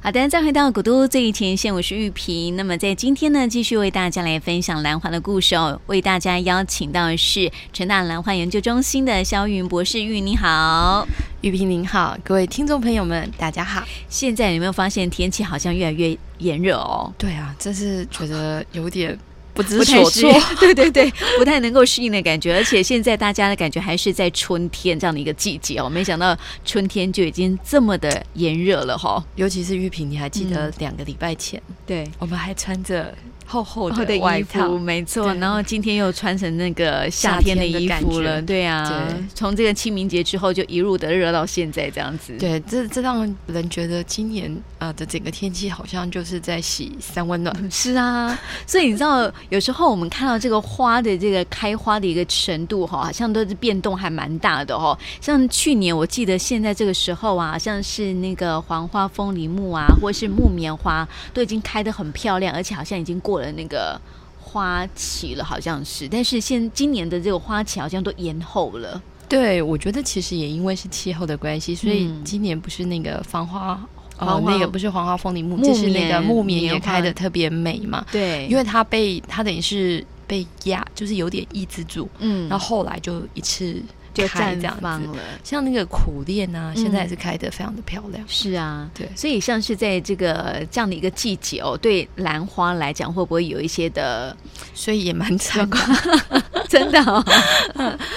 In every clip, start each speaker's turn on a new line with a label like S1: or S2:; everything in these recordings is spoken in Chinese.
S1: 好的，再回到古都最前线，我是玉萍。那么在今天呢，继续为大家来分享兰花的故事哦。为大家邀请到的是成大兰花研究中心的肖云博士，玉你好。
S2: 玉萍您好，各位听众朋友们，大家好。
S1: 现在有没有发现天气好像越来越炎热哦？
S2: 对啊，真是觉得有点不知
S1: 不太
S2: 所
S1: 适
S2: 措。，
S1: 对对对，不太能够适应的感觉。而且现在大家的感觉还是在春天这样的一个季节哦，没想到春天就已经这么的炎热了哈、哦。
S2: 尤其是玉萍，你还记得两个礼拜前，
S1: 对，
S2: 我们还穿着厚厚
S1: 厚的
S2: 的外
S1: 衣
S2: 套，
S1: 服，没错。
S2: 对
S1: 然后今天又穿成那个夏
S2: 夏
S1: 天的
S2: 天的
S1: 衣
S2: 感
S1: 服
S2: 觉
S1: 了，对啊
S2: 对。
S1: 从这个清明节之后，就一路的热到现在这样子。
S2: 对，这这让人觉得今年啊、呃的整个天气好像就是在洗三温暖。
S1: 是啊，所以你知道，有时候我们看到这个花的这个开花的一个程度哈，好像都是变动还蛮大的哦。像去年我记得现在这个时候啊，像是那个黄花风铃木啊，或是木棉花，都已经开得很漂亮，而且好像已经过了那个花期了，好像是。但是现今年的这个花期好像都延后了。
S2: 对，我觉得其实也因为是气候的关系，所以
S1: 嗯
S2: 今年不是那个芳花，
S1: 黄
S2: 哦，
S1: 花
S2: 那个不是黄花风铃木，
S1: 木
S2: 就是那个
S1: 棉
S2: 木棉
S1: 棉
S2: 也开
S1: 花
S2: 的特别美嘛。
S1: 对
S2: 因
S1: 为
S2: 为它被它等于是被压，就是有点抑制住，
S1: 嗯，
S2: 然后后来就一次
S1: 就
S2: 开
S1: 绽
S2: 这样
S1: 放
S2: 子。
S1: 了。
S2: 像那个苦练啊，现在
S1: 嗯
S2: 也是开的非常的漂亮。
S1: 是啊，
S2: 对
S1: 所以像是在这个这样的一个季节哦，对兰花来讲，会不会有一些的
S2: 所以也蛮惨
S1: 啊
S2: 的。
S1: 真的、 哦？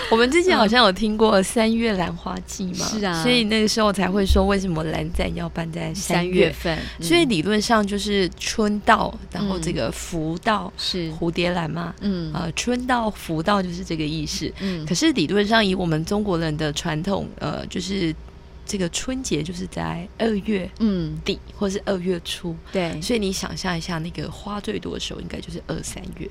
S2: 我们之前好像有听过三月兰花季嘛，
S1: 嗯是啊
S2: 所以那个时候才会说为什么兰展要办在三月。
S1: 份，
S2: 所以
S1: 嗯
S2: 理论上就是春到，然后这个福到、
S1: 是
S2: 蝴蝶兰嘛，
S1: 嗯
S2: 呃，春到福到就是这个 意思。
S1: 嗯
S2: 可是理论上，以我们中国人的传统，呃，就是这个春节就是在二月
S1: 嗯，
S2: 底或是二月初，
S1: 对，
S2: 所以你想象一下，那个花最多的时候应该就是二三月。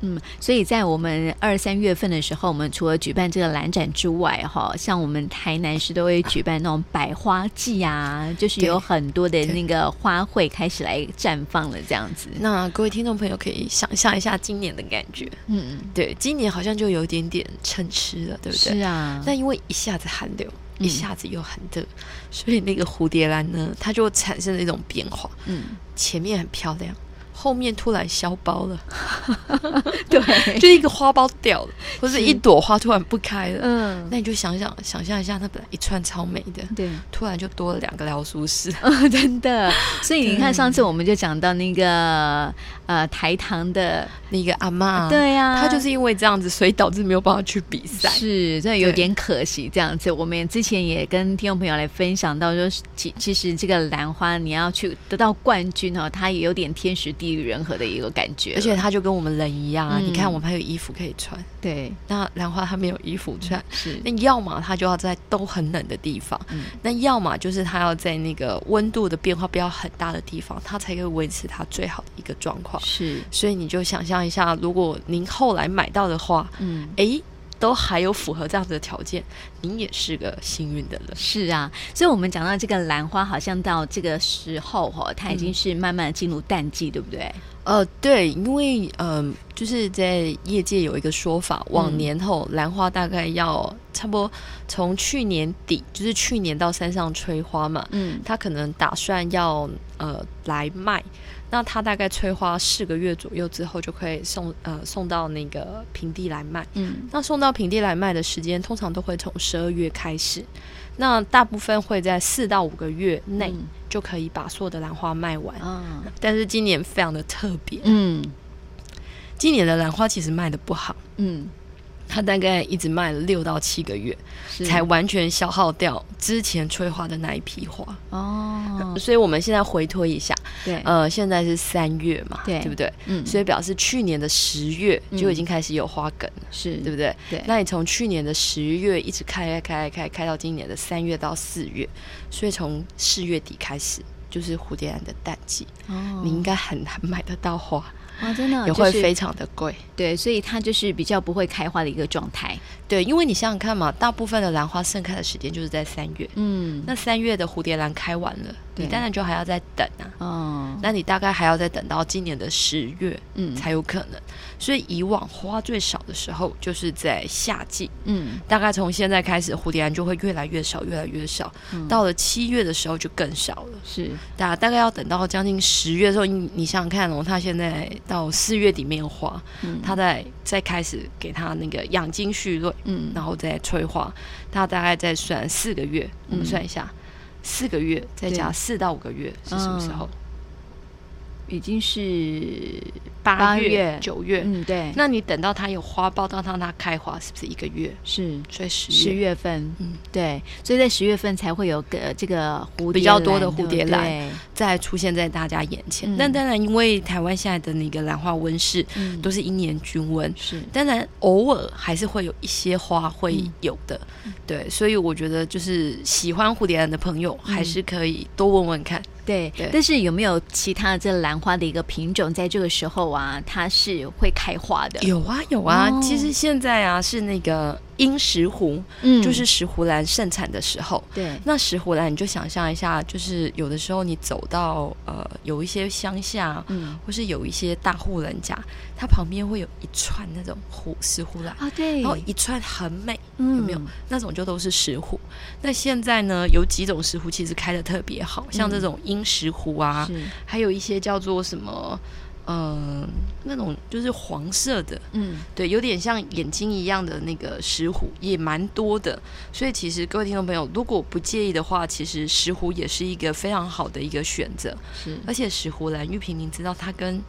S1: 嗯，所以在我们二三月份的时候，我们除了举办这个兰展之外，哈，像我们台南市都会举办那种百花季啊，就是
S2: 对
S1: 有很多的
S2: 对
S1: 那个花卉开始来绽放了，这样子。
S2: 那各位听众朋友可以想象一下今年的感觉，
S1: 嗯，
S2: 对，今年好像就有一点点趁湿了，对不对？
S1: 是啊，
S2: 但因为一下子寒流，
S1: 嗯
S2: 一下子又很热，所以那个蝴蝶兰呢，它就产生了一种变化，
S1: 嗯，
S2: 前面很漂亮。后面突然消苞了，
S1: 对，
S2: 就一个花苞掉了，或是一朵花突然不开了。
S1: 嗯，
S2: 那你就想想，想象一下，那本来一串超美的，
S1: 对。
S2: 突然就多了两个疗苏师。
S1: 嗯， 真的。所以你看，
S2: 对
S1: 上次我们就讲到那个呃台糖的，
S2: 那个阿妈，
S1: 啊对呀、
S2: 她就是因为这样子，所以导致没有办法去比赛。
S1: 是，这有点可惜这样子。我们也之前也跟听众朋友来分享到说，其其实这个兰花你要去得到冠军哦，它也有点天时地利人和的一个感觉了，
S2: 而且她就跟我们人一样啊，
S1: 嗯
S2: 你看我们还有衣服可以穿，
S1: 对
S2: 那兰花她没有衣服穿。
S1: 是
S2: 那要么她就要在都很冷的地方，
S1: 嗯
S2: 那要么就是她要在那个温度的变化不要很大的地方，她才可以维持她最好的一个状况。
S1: 是
S2: 所以你就想象一下，如果您后来买到的花，
S1: 嗯。
S2: 诶，都还有符合这样子的条件，您也是个幸运的人。
S1: 是啊，所以我们讲到这个兰花，好像到这个时候哈、哦，它已经是慢慢地进入淡季，对不对？
S2: 呃，对，因为嗯、就是在业界有一个说法，往年后兰花大概要差不多从去年底，就是去年到山上催花嘛，
S1: 嗯，
S2: 它可能打算要呃来卖，那它大概催花四个月左右之后就可以送呃送到那个平地来卖。
S1: 嗯，
S2: 那送到平地来卖的时间通常都会从十二月开始，那大部分会在四到五个月内
S1: 嗯
S2: 就可以把所有的兰花卖完。
S1: 啊，
S2: 但是今年非常的特别，
S1: 嗯
S2: 今年的兰花其实卖的不好，
S1: 嗯，
S2: 它大概一直卖了六到七个月，
S1: 是
S2: 才完全消耗掉之前催花的那一批花。
S1: 哦，
S2: 所以我们现在回推一下，
S1: 对，
S2: 呃，现在是三月嘛，
S1: 对
S2: 不对？
S1: 嗯，
S2: 所以表示去年的十月
S1: 嗯
S2: 就已经开始有花梗了，
S1: 是
S2: 对不对？
S1: 嗯对
S2: 那你从去年的十月一直开开开开到今年的三月到四月，所以从四月底开始就是蝴蝶兰的淡季，
S1: 哦，
S2: 你应该很难买得到花，
S1: 啊，真的
S2: 也会
S1: 就是
S2: 非常的贵。
S1: 对，所以它就是比较不会开花的一个状态。
S2: 对，因为你想想看嘛，大部分的兰花盛开的时间就是在三月，
S1: 嗯，
S2: 那三月的蝴蝶兰开完了，你
S1: 对
S2: 当然就还要再等啊。
S1: 哦，
S2: 那你大概还要再等到今年的十月
S1: 嗯
S2: 才有可能，所以以往花最少的时候就是在夏季，
S1: 嗯
S2: 大概从现在开始，蝴蝶兰就会越来越少，越来越少。
S1: 嗯
S2: 到了七月的时候就更少了，
S1: 是
S2: 大大概要等到将近十月的时候，你你想想看哦，它现在到四月底没有花，
S1: 嗯
S2: 它再再开始给它那个养精蓄锐，
S1: 嗯
S2: 然后再催化，它大概再算四个月，我们算一下，四个月再加
S1: 嗯对
S2: 四到五个月是什么时候？
S1: 已经是
S2: 八
S1: 嗯八月
S2: 九月。
S1: 嗯对，
S2: 那你等到它有花苞，到它它开花，是不是一个月？
S1: 是
S2: 所以十
S1: 十
S2: 月
S1: 月份，
S2: 嗯
S1: 对，所以在十月份才会有个这个蝴蝶
S2: 比较多的
S1: 兰
S2: 蝴蝶，
S1: 对
S2: 兰再出现在大家眼前。
S1: 嗯
S2: 那当然，因为台湾现在的那个兰花温室
S1: 不对嗯，
S2: 都是一年均温，
S1: 是
S2: 当然偶尔还是会有一些花会
S1: 嗯
S2: 有的，对，所以我觉得就是喜欢蝴蝶兰的朋友，还是可以多问问看。
S1: 对
S2: 对
S1: 但是有没有其他的这兰花的一个品种，在这个时候啊，它是会开花的？
S2: 有啊有啊，
S1: 哦
S2: 其实现在啊是那个樱石斛，
S1: 嗯
S2: 就是石斛兰盛产的时候。
S1: 对，
S2: 那石斛兰，你就想象一下，就是有的时候你走到呃有一些乡下，
S1: 嗯
S2: 或是有一些大户人家，它旁边会有一串那种虎石斛兰，
S1: 啊对，
S2: 然后一串很美，
S1: 嗯
S2: 有没有？那种就都是石斛。那现在呢，有几种石斛其实开的特别好，像这种樱石斛啊，
S1: 是
S2: 还有一些叫做什么，嗯、那种就是黄色的，
S1: 嗯
S2: 对，有点像眼睛一样的那个石斛也蛮多的。所以其实各位听众朋友，如果不介意的话，其实石斛也是一个非常好的一个选择。
S1: 是
S2: 而且石斛兰玉萍，您知道它跟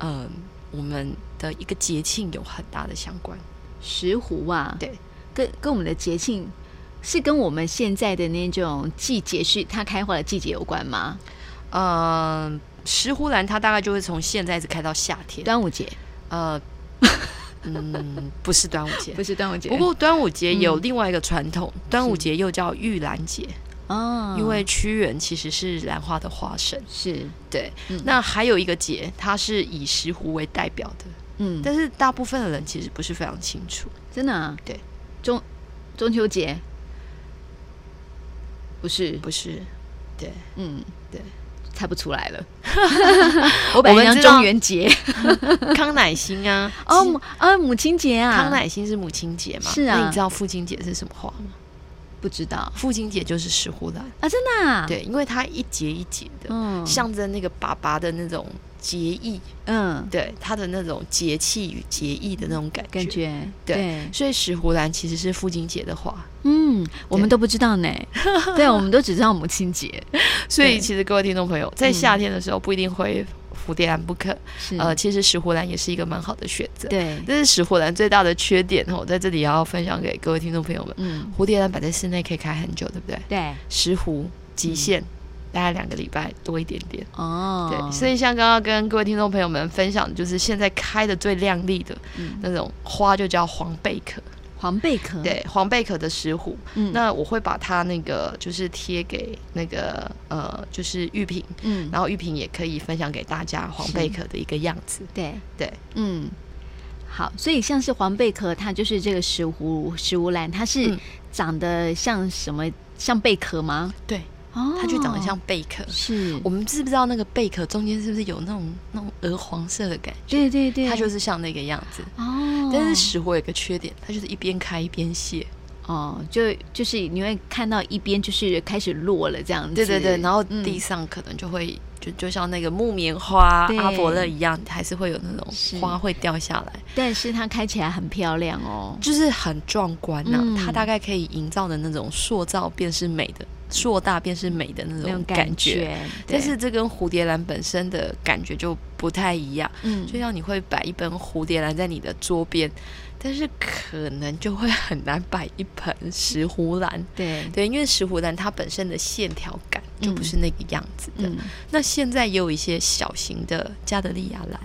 S2: 嗯、我们的一个节庆有很大的相关。
S1: 石斛啊，
S2: 对，
S1: 跟跟我们的节庆。是跟我们现在的那种季节是它开花的季节有关吗？
S2: 嗯，石斛兰它大概就会从现在一直开到夏天。
S1: 端午节
S2: 呃， 嗯，不是端午节。
S1: 不是端午节，嗯
S2: 不过端午节有另外一个传统，端午节又叫玉兰节，
S1: 哦，
S2: 因为屈原其实是兰花的化身。
S1: 是
S2: 对，
S1: 嗯
S2: 那还有一个节，它是以石斛为代表的，
S1: 嗯，
S2: 但是大部分的人其实不是非常清楚。
S1: 真的啊？
S2: 对，
S1: 中中秋节不是，
S2: 不是，对，
S1: 嗯，
S2: 对，
S1: 猜不出来了。我本来
S2: 我
S1: 想
S2: 们知道
S1: 中元 节
S2: 康乃馨啊，
S1: 哦，
S2: 其实
S1: 母啊母亲节啊，
S2: 康乃馨是母亲节嘛？
S1: 是啊
S2: 那你知道父亲节是什么花吗？
S1: 不知道
S2: 父亲节就是石斛兰。
S1: 啊，真的、啊、，
S2: 对，因为它一节一节的，
S1: 嗯，
S2: 象征那个爸爸的那种节义，
S1: 嗯，
S2: 对他的那种节气与节义的那种感觉。
S1: 感觉
S2: 对所以石斛兰其实是父亲节的花，
S1: 嗯，我们
S2: 对
S1: 都不知道 呢，对，我们都只知道母亲节
S2: 所以
S1: 对
S2: 其实各位听众朋友，在夏天的时候不一定会蝴蝶兰不可，
S1: 是
S2: 呃，其实石斛兰也是一个蛮好的选择。
S1: 嗯对，
S2: 但是石斛兰最大的缺点哦，在这里也要分享给各位听众朋友们，
S1: 嗯，
S2: 蝴蝶兰摆在室内可以开很久，对不对？
S1: 对，
S2: 石斛极限、大概两个礼拜多一点点。
S1: 哦，
S2: 对，所以像刚刚跟各位听众朋友们分享，就是现在开的最亮丽的
S1: 嗯
S2: 那种花，就叫黄贝壳。
S1: 黄贝壳，，
S2: 对，黄贝壳的石斛。
S1: 嗯，
S2: 那我会把它那个就是贴给那个呃，就是玉萍，
S1: 嗯，
S2: 然后玉萍也可以分享给大家黄贝壳的一个样子。
S1: 对，
S2: 对，
S1: 嗯，好，所以像是黄贝壳，它就是这个石斛石斛兰，它是
S2: 嗯
S1: 长得像什么？像贝壳吗？
S2: 对，
S1: 哦，
S2: 它就长得像贝壳。
S1: 是，
S2: 我们知不知道那个贝壳中间是不是有那种那种鹅黄色的感觉？
S1: 对对对，
S2: 它就是像那个样子。
S1: 哦，
S2: 但是石斛有一个缺点，它就是一边开一边谢。
S1: 哦，就就是你会看到一边就是开始落了这样子，
S2: 对对对，然后
S1: 嗯
S2: 地上可能就会、就就像那个木棉花、
S1: 对
S2: 阿伯乐一样，还是会有那
S1: 是
S2: 种花会掉下来，
S1: 但是它开起来很漂亮哦，
S2: 就是很壮观呐、
S1: 嗯
S2: 它大概可以营造的那种塑造便是美的，硕大便是美的那
S1: 那种
S2: 种
S1: 感
S2: 感觉。
S1: 对
S2: 但是这跟蝴蝶兰本身的感觉就不太一样，
S1: 嗯，
S2: 就像你会摆一盆蝴蝶兰在你的桌边，但是可能就会很难摆一盆石斛兰。
S1: 对，
S2: 对，因为石斛兰它本身的线条感就不是那个样子的。
S1: 嗯
S2: 那现在也有一些小型的加德利亚兰，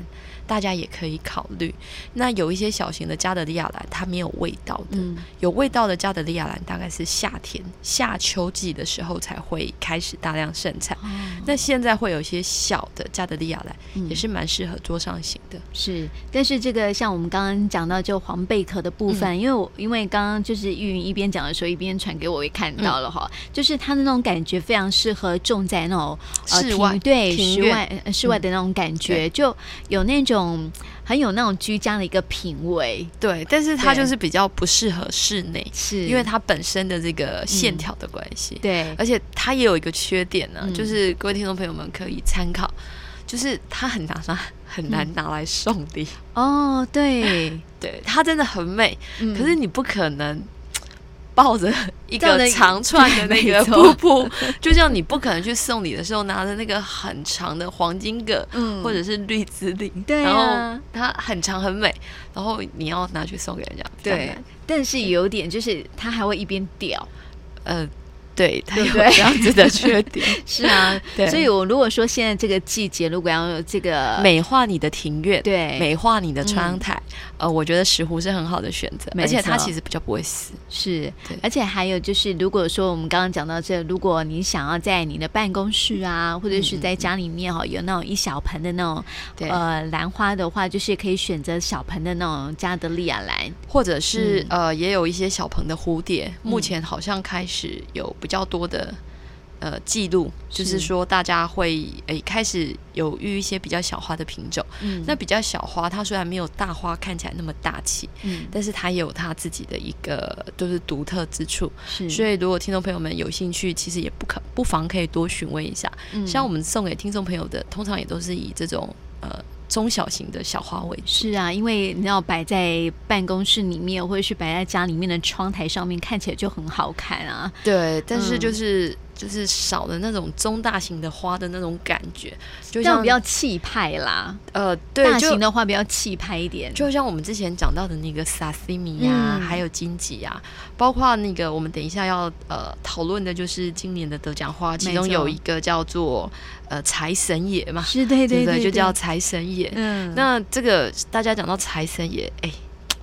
S2: 大家也可以考虑。那有一些小型的加德利亚兰，它没有味道的，
S1: 嗯
S2: 有味道的加德利亚兰大概是夏天、夏秋季的时候才会开始大量盛产。
S1: 哦
S2: 那现在会有一些小的加德利亚兰，
S1: 嗯
S2: 也是蛮适合桌上型的。
S1: 是，但是这个像我们刚刚讲到就黄贝壳的部分，
S2: 嗯
S1: 因为我因为刚刚就是玉云一边讲的时候一边传给我，我也
S2: 嗯
S1: 看到了哈，就是它的那种感觉非常适合种在那种呃
S2: 室
S1: 庭
S2: 外
S1: 对
S2: 庭
S1: 室
S2: 院嗯
S1: 外呃室外的那种感觉，就有那种很有那种居家的一个品味，
S2: 对，但是它
S1: 对
S2: 就是比较不适合室内，嗯
S1: 是
S2: 因为它本身的这个线条的关系。
S1: 对
S2: 而且它也有一个缺点呢、
S1: 嗯
S2: 就是各位听众朋友们可以参考，就是它很难拿很难拿来送礼。
S1: 哦嗯 对，
S2: 对，它真的很美，
S1: 嗯
S2: 可是你不可能。抱 着一
S1: 照着
S2: 个长串 的那个
S1: 没
S2: 瀑
S1: 错
S2: 布，就像你不可能去送礼的时候拿着那个很长的黄金葛，
S1: 嗯
S2: 或者是绿紫领，
S1: 对
S2: 然
S1: 啊
S2: 后它很长很美，然后你要拿去送给人家，比较
S1: 对
S2: 难，
S1: 但是有点就是它还会一边掉。
S2: 呃，对，它有
S1: 对不对
S2: 这样子 的缺点，
S1: 是啊，
S2: 对
S1: 所以我如果说现在这个季节，如果要有这个
S2: 美化你的庭院，
S1: 对
S2: 美化你的窗台，呃，我觉得石斛是很好的选择，
S1: 没
S2: 而且它
S1: 错
S2: 其实比较不会死，
S1: 是
S2: 对，
S1: 而且还有就是，如果说我们刚刚讲到这，如果你想要在你的办公室啊，或者
S2: 嗯
S1: 是在家里面哈、哦，有那种一小盆的那种
S2: 对
S1: 呃兰花的话，就是可以选择小盆的那种加德利亚兰。
S2: 或者是、呃，也有一些小棚的蝴蝶，目前好像开始有比较多的。呃，记录就是
S1: 是
S2: 说，大家会诶、开始有遇一些比较小花的品种。
S1: 嗯
S2: 那比较小花，它虽然没有大花看起来那么大气，
S1: 嗯
S2: 但是它也有它自己的一个就是独特之处。
S1: 是，
S2: 所
S1: 以、
S2: 以，如果听众朋友们有兴趣，其实也不可不妨可以多询问一下。
S1: 嗯
S2: 像我们送给听众朋友的，通常也都是以这种呃中小型的小花为主。
S1: 是啊，因为你要摆在办公室里面，或者是摆在家里面的窗台上面，看起来就很好看啊。
S2: 对，但是
S1: 嗯
S2: 就是、就是少了那种中大型的花的那种感觉，就
S1: 这样
S2: 像
S1: 比较气派啦，
S2: 呃对
S1: 大型
S2: 就。
S1: 的话比较气派一点。
S2: 就像我们之前讲到的那个萨西米呀，
S1: 嗯
S2: 还有金桔呀，包括那个我们等一下要呃讨论的，就是今年的得奖花，其
S1: 没
S2: 中
S1: 错
S2: 有一个叫做呃财神爷嘛，
S1: 是，啊对
S2: 对
S1: 对
S2: 不
S1: 对，
S2: 就叫财神爷。
S1: 嗯，
S2: 那这个大家讲到财神爷，哎，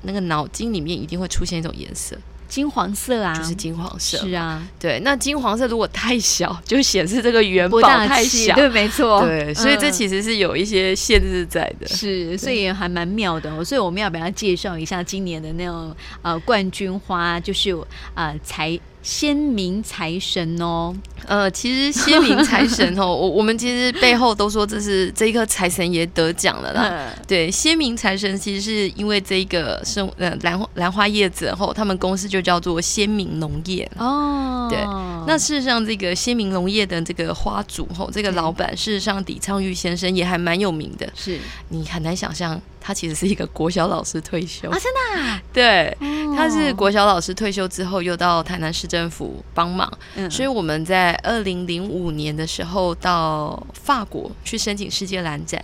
S2: 那个脑筋里面一定会出现一种颜色，
S1: 金黄色啊，
S2: 嗯就是金黄色。
S1: 是啊，
S2: 对，那金黄色如果太小， 就显示这个元宝
S1: 不大
S2: 太
S1: 气，
S2: 小。
S1: 对，没错，
S2: 对，所以这
S1: 嗯
S2: 其实是有一些限制在的。
S1: 是，所以还蛮妙的、哦。所以我们要不要介绍一下今年的那种呃冠军花，就是呃财先民财神哦，
S2: 呃，其实先民财神 哦，我我们其实背后都说这是这一颗财神爷得奖了啦。
S1: 嗯
S2: 对，先民财神其实是因为这一个生呃兰花兰花叶子后，他们公司就叫做先民农业。
S1: 哦，
S2: 对那事实上，这个先民农业的这个花主吼，这个
S1: 对
S2: 老板事实上李昌钰先生也还蛮有名的。
S1: 是
S2: 你很难想象，他其实是一个国小老师退休。
S1: 啊，真的啊、
S2: 对，
S1: 哦
S2: 他是国小老师退休之后，又到台南市政府帮忙。
S1: 嗯
S2: 所以我们在二零零五年的时候到法国去申请世界兰展，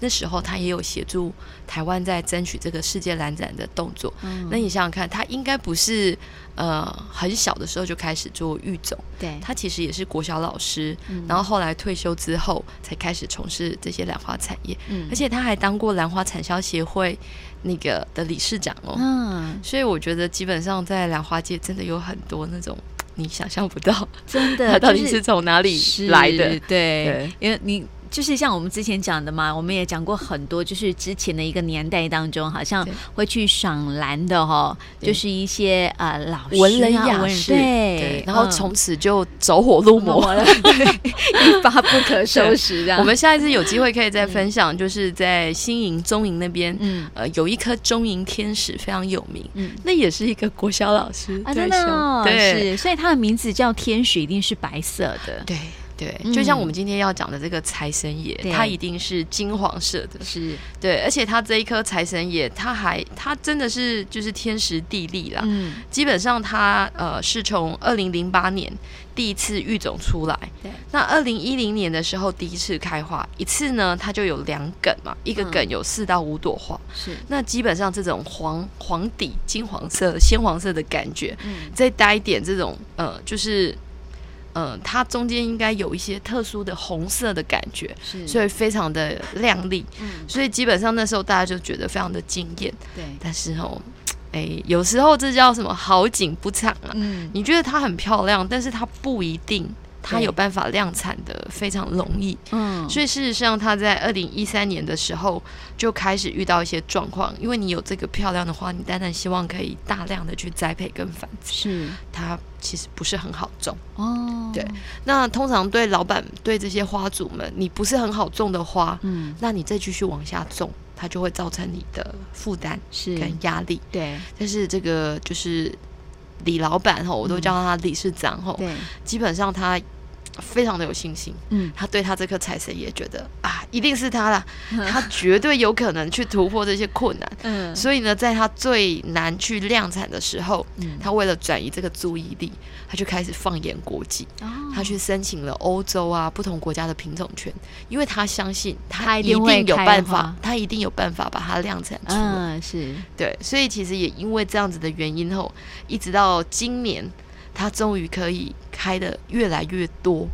S2: 那时候他也有协助台湾在争取这个世界兰展的动作。
S1: 嗯
S2: 那你想想看，他应该不是呃很小的时候就开始做育种，
S1: 对，
S2: 他其实也是国小老师，
S1: 嗯
S2: 然后后来退休之后才开始从事这些兰花产业，
S1: 嗯
S2: 而且他还当过兰花产销协会那个的理事长哦。
S1: 嗯，
S2: 所以我觉得，基本上在兰花界真的有很多那种你想象不到，
S1: 真 的，
S2: 它到
S1: 就
S2: 底是从哪里来的
S1: 是。对
S2: 对，
S1: 因为你。就是像我们之前讲的嘛，我们也讲过很多，就是之前的一个年代当中，好像
S2: 对
S1: 会去赏兰的哈、哦，
S2: 对
S1: 就是一些呃老师啊、
S2: 文人雅士，
S1: 文人
S2: 对
S1: 对，
S2: 然后
S1: 嗯
S2: 从此就走火入魔。
S1: 了，对，一发不可收拾这样。
S2: 我们下一次有机会可以再分享，就是在新营、中营那边，
S1: 嗯
S2: 呃，有一颗中营天使非常有名，
S1: 嗯
S2: 那也是一个国小老师
S1: 啊，
S2: 退
S1: 真
S2: 休
S1: 的、哦、
S2: 嗯对
S1: 是，所以它的名字叫天使，一定是白色的，
S2: 对对、
S1: 嗯
S2: 就像我们今天要讲的这个财神爷
S1: 对，
S2: 它一定是金黄色的，
S1: 是，
S2: 对，而且它这一颗财神爷，它还它真的是就是天时地利啦，
S1: 嗯，
S2: 基本上它呃是从二零零八年第一次育种出来，
S1: 对，
S2: 那二零一零年的时候第一次开花，一次呢它就有两梗嘛，一个
S1: 嗯
S2: 梗有四到五朵花，
S1: 是，
S2: 那基本上这种黄黄底金黄色、鲜黄色的感觉，
S1: 嗯
S2: 再带一点这种呃就是。嗯，它中间应该有一些特殊的红色的感觉，
S1: 是，
S2: 所
S1: 以
S2: 以非常的亮丽。
S1: 嗯，
S2: 所以基本上那时候大家就觉得非常的惊艳。
S1: 对，
S2: 但是哦，哎、有时候这叫什么好景不长啊。
S1: 嗯，
S2: 你觉得它很漂亮，但是它不一定它
S1: 对
S2: 有办法量产的非常容易。
S1: 嗯，
S2: 所以事实上，它在二零一三年的时候就开始遇到一些状况，因为你有这个漂亮的花，你当然希望可以大量的去栽培跟繁殖，
S1: 是
S2: 它其实不是很好种。
S1: 哦，
S2: 对，那通常对老板对这些花主们，你不是很好种的花，
S1: 嗯，
S2: 那你再继续往下种，它就会造成你的负担
S1: 是，
S2: 跟压力。
S1: 对
S2: 但是这个就是李老板吼，我都叫他理事长吼，
S1: 嗯对，
S2: 基本上他非常的有信心，
S1: 嗯，
S2: 他对他这颗财神也觉得啊，一定 是他啦，他绝对有可能去突破这些困难。
S1: 嗯，
S2: 所以呢，在他最难去量产的时候，
S1: 嗯
S2: 他为了转移这个注意力，他就开始放眼国际，
S1: 哦
S2: 他去申请了欧洲啊不同国家的品种权，因为他相信
S1: 他
S2: 他
S1: 一
S2: 一
S1: 定会
S2: 定有
S1: 开
S2: 办
S1: 花
S2: 法，他一定有办法把它量产出来。
S1: 嗯是，
S2: 对，所以其实也因为这样子的原因后，一直到今年，它终于可以开的越来越多，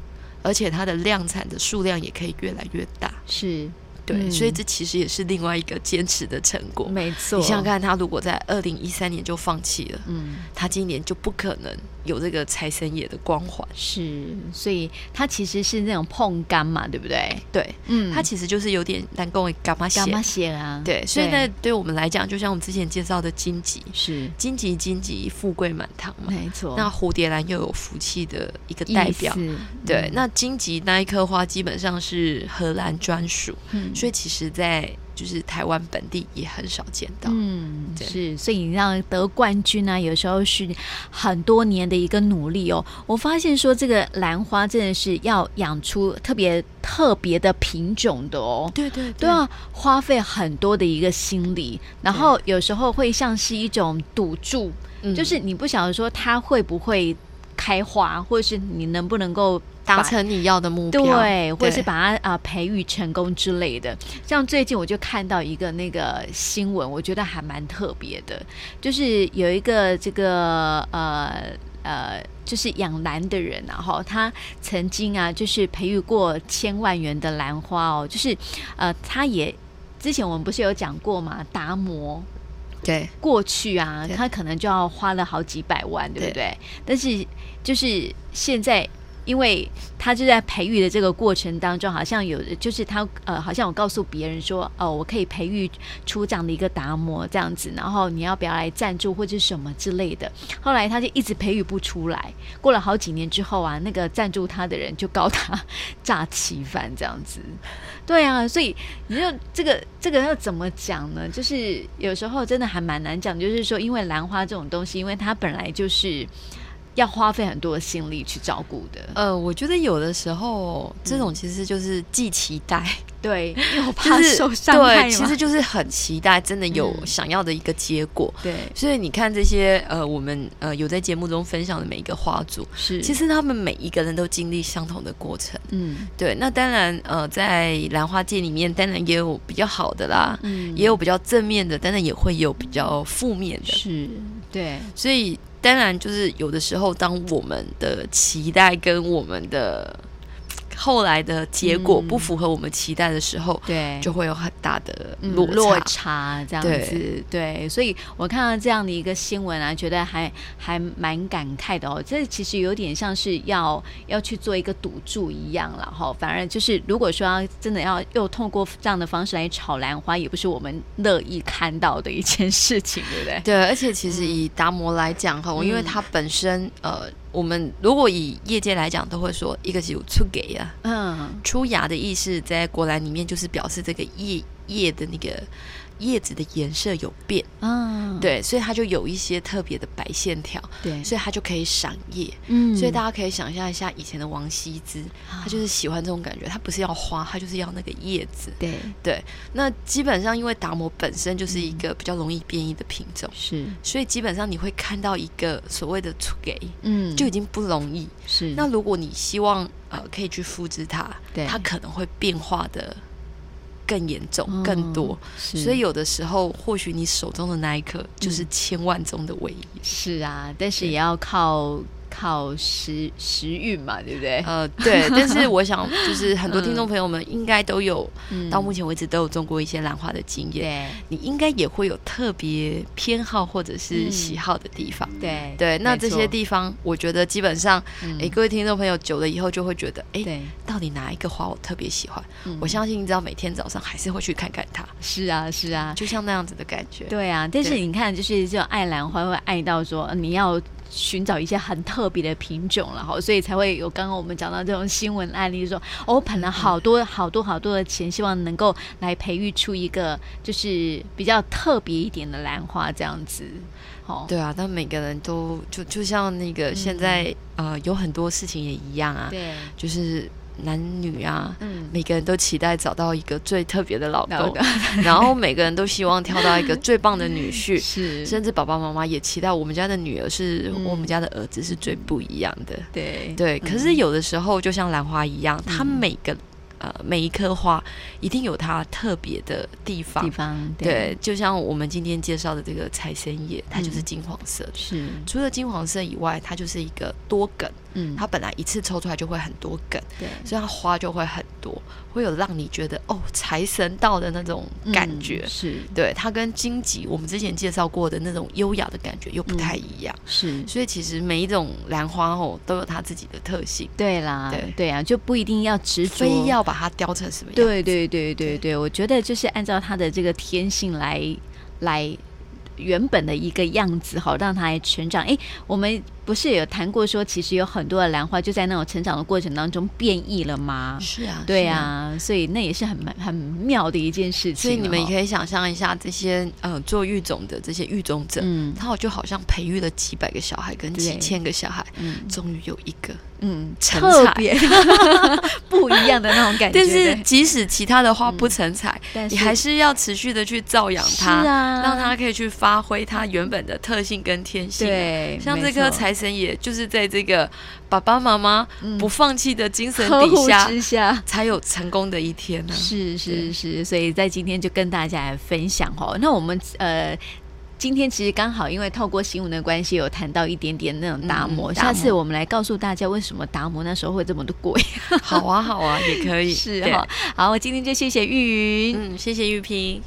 S2: 而且它的量产的数量也可以越来越大。
S1: 是
S2: 对，
S1: 嗯
S2: 所以这其实也是另外一个坚持的成果。
S1: 没错，
S2: 你想想，看，他如果在二零一三年就放弃了，
S1: 嗯。
S2: 他今年就不可能有这个财神爷的光环。
S1: 是，所以它其实是那种碰干嘛，对不对？
S2: 对，
S1: 嗯
S2: 他其实就是有点难跟我干嘛写
S1: 干。嘛写啊？
S2: 对，所以呢，对我们来讲，就像我们之前介绍的荆棘，
S1: 是
S2: 荆棘荆棘，富贵满堂嘛。
S1: 没错，
S2: 那蝴蝶兰又有福气的一个
S1: 意
S2: 代表
S1: 思，嗯
S2: 对。那荆棘那一颗花基本上是荷兰专属，
S1: 嗯
S2: 所以其实，在就是台湾本地也很少见到。
S1: 嗯，
S2: 哦对
S1: 是，所以你让得冠军呢、有时候是很多年的一个努力哦。我发现说这个兰花真的是要养出特别特别的品种的哦。
S2: 对对
S1: 都
S2: 对啊
S1: 要花费很多的一个心力，然后有时候会像是一种赌注，
S2: 嗯
S1: 就是你不晓得说它会不会开花，或者是你能不能够
S2: 达
S1: 把
S2: 成你要的目标，
S1: 对，或者是
S2: 对
S1: 把它啊、呃培育成功之类的。像最近我就看到一个那个新闻，我觉得还蛮特别的，就是有一个这个呃呃，就是养兰的人、啊，然后他曾经啊，就是培育过千万元的兰花哦，就是呃，他也之前我们不是有讲过嘛，达摩
S2: 对
S1: 过去啊，
S2: 对
S1: 他可能就要花了好几百万，对不对？但是就是现在，因为他就在培育的这个过程当中，好像有的就是他呃，好像我告诉别人说，哦，我可以培育出这样的一个达摩这样子，然后你要不要来赞助或者什么之类的。后来他就一直培育不出来，过了好几年之后啊，那个赞助他的人就告他 诈欺犯这样子。对啊，所以你就这个这个要怎么讲呢？就是有时候真的还蛮难讲，就是说，因为兰花这种东西，因为它本来就是要花费很多的心力去照顾的。
S2: 呃，我觉得有的时候这种其实就是既期待，
S1: 对，因为我嗯怕
S2: 就是
S1: 受伤害
S2: 对，
S1: 嘛
S2: 其实就是很期待，真的有
S1: 嗯
S2: 想要的一个结果。
S1: 对
S2: 所以你看这些呃，我们呃有在节目中分享的每一个花组，
S1: 是，
S2: 其
S1: 实
S2: 实他们每一个人都经历相同的过程。
S1: 嗯
S2: 对，那当然，呃，在兰花界里面，当然也有比较好的啦，
S1: 嗯
S2: 也有比较正面的，当然也会有比较负面的。
S1: 是，对
S2: 所以，当然就是有的时候，当我们的期待跟我们的嘖后来的结果
S1: 嗯
S2: 不符合我们期待的时候，
S1: 对，
S2: 就会有很大的
S1: 嗯
S2: 落差。
S1: 落差这样
S2: 对
S1: 子，对，所以我看到这样的一个新闻啊，觉得还还蛮感慨的哦。这其实有点像是要要去做一个赌注一样了哈、反而就是如果说要真的要又透过这样的方式来炒兰花，也不是我们乐意看到的一件事情，对不对？
S2: 对，而且其实以达摩来讲哈，
S1: 嗯
S2: 因为它本身呃，我们如果以业界来讲，都会说一个是有出给啊，
S1: 嗯，
S2: 出芽的意思在果篮里面就是表示这个叶叶的那个叶子的颜色有变，
S1: 嗯，
S2: 对，所以它就有一些特别的白线条，
S1: 对，
S2: 所以它就可以赏叶。
S1: 嗯
S2: 所以大家可以想象一下以前的王羲之，他就是喜欢这种感觉，他不是要花，他就是要那个叶子。
S1: 对
S2: 对，那基本上因为达摩本身就是
S1: 嗯
S2: 一个比较容易变异的品种，
S1: 是，
S2: 所以基本上你会看到一个所谓的出给。
S1: 嗯，
S2: 就已经不容易。
S1: 是
S2: 那如果你希望呃可以去复制它，
S1: 对
S2: 它可能会变化的更严重、
S1: 嗯
S2: 更多。
S1: 是
S2: 所以有的时候，或许你手中的那一刻就是千万中的唯一。
S1: 是啊，但是也要靠靠时时运嘛，对不对？
S2: 呃，对，但是我 想，就是很多听众朋友们应该都有，
S1: 嗯
S2: 到目前为止都有种过一些兰花的经验，
S1: 对
S2: 你应该也会有特别偏好或者是喜好的地方。
S1: 嗯对
S2: 对，那
S1: 没
S2: 这
S1: 错
S2: 些地方，我觉得基本上，
S1: 嗯
S2: 诶，各位听众朋友久了以后就会觉得，诶，
S1: 对，
S2: 到底哪一个花我特别喜欢？
S1: 嗯
S2: 我相信你知道，每天早上还是会去看看它，
S1: 是啊是啊，
S2: 就像那样子的感觉。
S1: 对啊。但是
S2: 对
S1: 你看，就是这种爱兰花会爱到说呃你要。寻找一些很特别的品种了哈，所以才会有刚刚我们讲到这种新闻案例说，哦，我本来好多好多好多的钱，希望能够来培育出一个就是比较特别一点的兰花这样子，哦，
S2: 对啊，但每个人都就就像那个现在、呃，有很多事情也一样啊，
S1: 嗯对，
S2: 就是男女啊，
S1: 嗯，
S2: 每个人都期待找到一个最特别的老
S1: 老
S2: 公，然后每个人都希望挑到一个最棒的女婿，
S1: 是，
S2: 甚至爸爸妈妈也期待我们家的女儿是、
S1: 嗯
S2: 我们家的儿子是最不一样的。
S1: 对
S2: 对，
S1: 嗯
S2: 可是有的时候就像兰花一样，它
S1: 嗯
S2: 每个呃每一棵花一定有它特别的地方
S1: 地。方
S2: 对，就像我们今天介绍的这个财神叶，它就是
S1: 嗯
S2: 金黄色的。
S1: 是，
S2: 除了金黄色以外，它就是一个多梗，
S1: 嗯，
S2: 它本来一次抽出来就会很多梗，
S1: 对
S2: 所以它花就会很多，会有让你觉得哦财神到的那种感
S1: 嗯
S2: 觉。
S1: 是
S2: 对，它跟荆棘我们之前介绍过的那种优雅的感觉又不太一样，
S1: 是。
S2: 所以其实每一种兰花哦都有它自己的特性，
S1: 对啦，
S2: 对
S1: 啊，就不一定要执着，
S2: 非要把它雕成什么样。
S1: 对对对对对，我觉得就是按照他的这个天性来来。原本的一个样子好，让它来成长。诶，我们不是有谈过说，其实有很多的兰花就在那种成长的过程当中变异了吗？
S2: 是啊，
S1: 对
S2: 是啊。
S1: 啊，所以那也是很蛮很妙的一件事情。
S2: 所以你们也
S1: 以，
S2: 可以啊想象一下，这些呃做育种的这些育种者，
S1: 嗯
S2: 他就好像培育了几百个小孩跟
S1: 对
S2: 几千个小孩，
S1: 嗯
S2: 终于有一个
S1: 嗯，
S2: 成
S1: 特
S2: 才
S1: 别不一样的那种感 觉。
S2: 但是
S1: 对
S2: 即使其他的花不成才，
S1: 但是
S2: 你还是要持续的去照养
S1: 是
S2: 它，
S1: 啊，
S2: 让它可以去发挥它原本的特性跟天
S1: 啊
S2: 性。
S1: 对，
S2: 像
S1: 没
S2: 这颗
S1: 错
S2: 财神爷，就是在这个爸爸妈妈
S1: 嗯
S2: 不放弃的精神
S1: 呵
S2: 底
S1: 护
S2: 下，
S1: 之下，
S2: 才有成功的一 天呢、
S1: 是是
S2: 对
S1: 是，所以在今天就跟大家来分享哦。那我们呃。今天其实刚好，因为透过新闻的关系，有谈到一点点那种达摩。
S2: 嗯嗯
S1: 下
S2: 达
S1: 次
S2: 摩
S1: 我们来告诉大家为什么达摩那时候会这么的贵。
S2: 好啊，好啊，也可以。
S1: 是
S2: 对
S1: 哈，好，我今天就谢谢玉云。
S2: 嗯，谢谢玉萍。